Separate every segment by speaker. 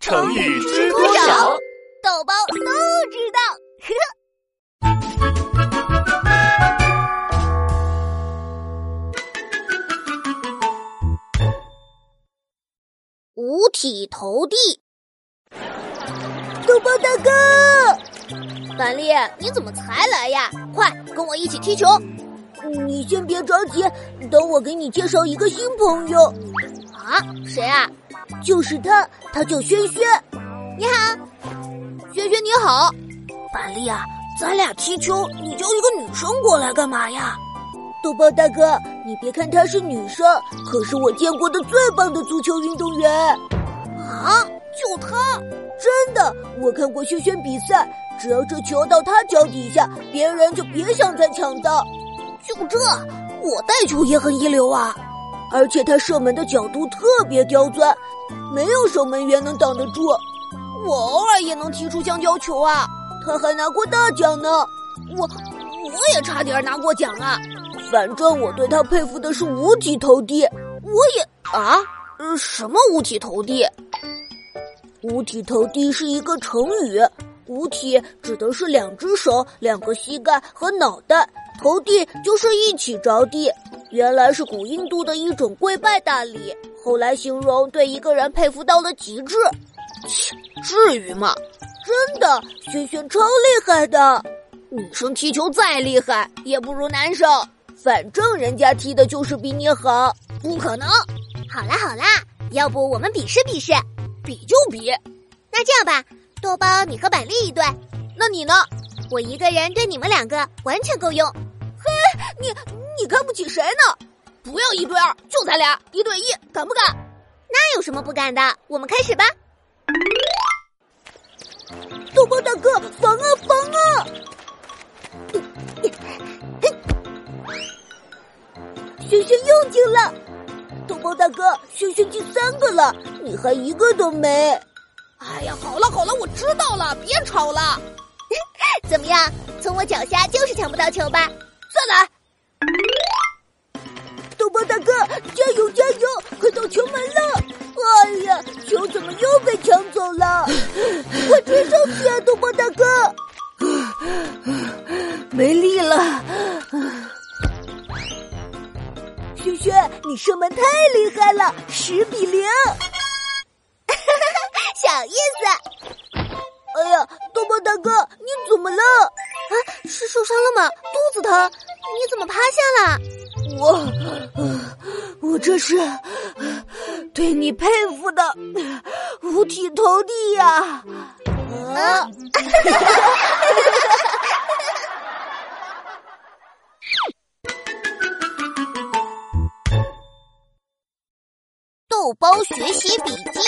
Speaker 1: 成语知多少？
Speaker 2: 豆包都知道。呵呵五体投地。豆包大哥，板栗，你怎么才来呀？快跟我一起踢球！你先别着急，等我给你介绍一个新朋友。啊？谁啊？就是他，他叫轩轩。你好，轩轩你好。板栗啊，咱俩踢球，你叫一个女生过来干嘛呀？豆包大哥，你别看她是女生，可是我见过的最棒的足球运动员。啊，就她？真的，我看过轩轩比赛，只要这球到她脚底下，别人就别想再抢到。就这，我带球也很一流啊，而且他射门的角度特别刁钻，没有守门员能挡得住。我偶尔也能踢出香蕉球啊，他还拿过大奖呢。我我也差点拿过奖啊。反正我对他佩服的是五体投地，我也啊，呃什么五体投地？五体投地是一个成语，五体指的是两只手、两个膝盖和脑袋，投地就是一起着地。原来是古印度的一种跪拜大礼，后来形容对一个人佩服到了极致。切，至于吗？真的，轩轩超厉害的。女生踢球再厉害，也不如男生。反正人家踢的就是比你好，不可能。
Speaker 3: 好啦好啦，要不我们比试比试？
Speaker 2: 比就比，
Speaker 3: 那这样吧，豆包你和板栗一队，
Speaker 2: 那你呢？
Speaker 3: 我一个人对你们两个完全够用。
Speaker 2: 你你看不起谁呢？不要一对二，就咱俩一对一，敢不敢？
Speaker 3: 那有什么不敢的？我们开始吧。
Speaker 2: 豆包大哥，防啊防 啊！轩轩又进了，豆包大哥，轩轩进三个了，你还一个都没。哎呀，好了好了，我知道了，别吵了，
Speaker 3: 怎么样？从我脚下就是抢不到球吧？
Speaker 2: 再来。豆包大哥，加油加油，快到球门了！哎呀，球怎么又被抢走了？ 快追上去啊，豆包大哥！没力了。轩轩，你射门太厉害了，十比零！
Speaker 3: 小意思
Speaker 2: 哎呀，豆包大哥，你怎么了？
Speaker 3: 啊，是受伤了吗？肚子疼？你怎么趴下了？
Speaker 2: 我，呃我这是对你佩服的五体投地呀、啊！
Speaker 3: 豆包学习笔记，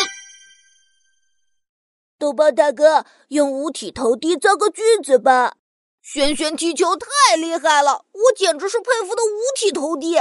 Speaker 2: 豆包大哥，用五体投地造个句子吧。轩轩踢球太厉害了，我简直是佩服的五体投地。